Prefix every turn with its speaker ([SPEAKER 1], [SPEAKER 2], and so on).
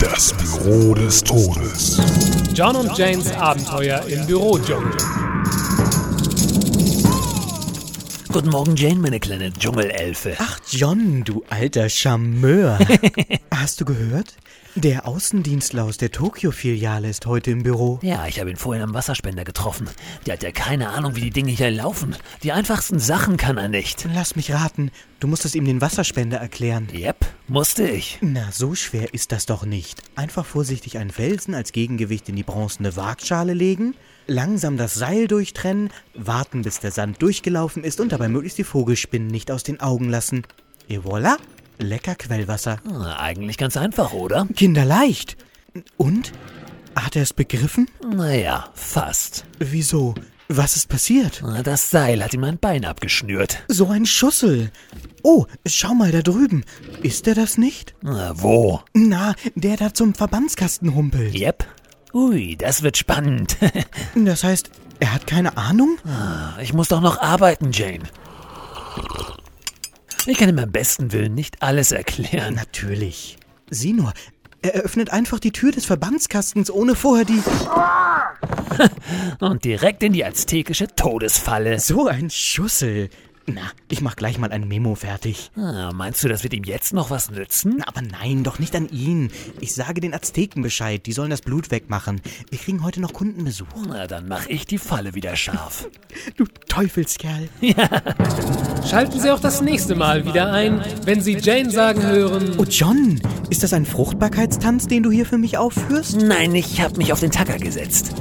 [SPEAKER 1] Das Büro des Todes.
[SPEAKER 2] John und Janes Abenteuer im Bürodschungel.
[SPEAKER 3] Guten Morgen, Jane, meine kleine Dschungelelfe.
[SPEAKER 4] Ach, John, du alter Charmeur. Hast du gehört? Der Außendienstler aus der Tokio-Filiale ist heute im Büro.
[SPEAKER 3] Ja, Ah, ich habe ihn vorhin am Wasserspender getroffen. Der hat ja keine Ahnung, wie die Dinge hier laufen. Die einfachsten Sachen kann er nicht.
[SPEAKER 4] Lass mich raten, du musstest ihm den Wasserspender erklären.
[SPEAKER 3] Yep, musste ich.
[SPEAKER 4] Na, so schwer ist das doch nicht. Einfach vorsichtig einen Felsen als Gegengewicht in die bronzene Waagschale legen, langsam das Seil durchtrennen, warten, bis der Sand durchgelaufen ist und dabei möglichst die Vogelspinnen nicht aus den Augen lassen. Et voilà, lecker Quellwasser.
[SPEAKER 3] Hm, Eigentlich ganz einfach, oder?
[SPEAKER 4] Kinderleicht. Und? Hat er es begriffen?
[SPEAKER 3] Naja, fast. Ah,
[SPEAKER 4] Wieso? Was ist passiert?
[SPEAKER 3] Das Seil hat ihm ein Bein abgeschnürt.
[SPEAKER 4] So ein Schussel. Oh, schau mal da drüben. Ist er das nicht?
[SPEAKER 3] Na, Ah, wo?
[SPEAKER 4] Na, der da zum Verbandskasten humpelt.
[SPEAKER 3] Yep. Ui, das wird spannend.
[SPEAKER 4] Das heißt, er hat keine Ahnung?
[SPEAKER 3] Ah, Ich muss doch noch arbeiten, Jane. Ich kann ihm am besten Willen nicht alles erklären.
[SPEAKER 4] Ah, Natürlich. Sieh nur, er öffnet einfach die Tür des Verbandskastens, ohne vorher die...
[SPEAKER 3] Und direkt in die aztekische Todesfalle.
[SPEAKER 4] So ein Schussel. Na, ich mach gleich mal ein Memo fertig.
[SPEAKER 3] Ah, Meinst du, das wird ihm jetzt noch was nützen?
[SPEAKER 4] Na, aber nein, doch nicht an ihn. Ich sage den Azteken Bescheid, die sollen das Blut wegmachen. Wir kriegen heute noch Kundenbesuch.
[SPEAKER 3] Na, dann mache ich die Falle wieder scharf.
[SPEAKER 4] Du Teufelskerl.
[SPEAKER 2] Schalten Sie auch das nächste Mal wieder ein, wenn Sie Jane sagen hören.
[SPEAKER 4] Oh John, ist das ein Fruchtbarkeitstanz, den du hier für mich aufführst?
[SPEAKER 3] Nein, ich habe mich auf den Tacker gesetzt.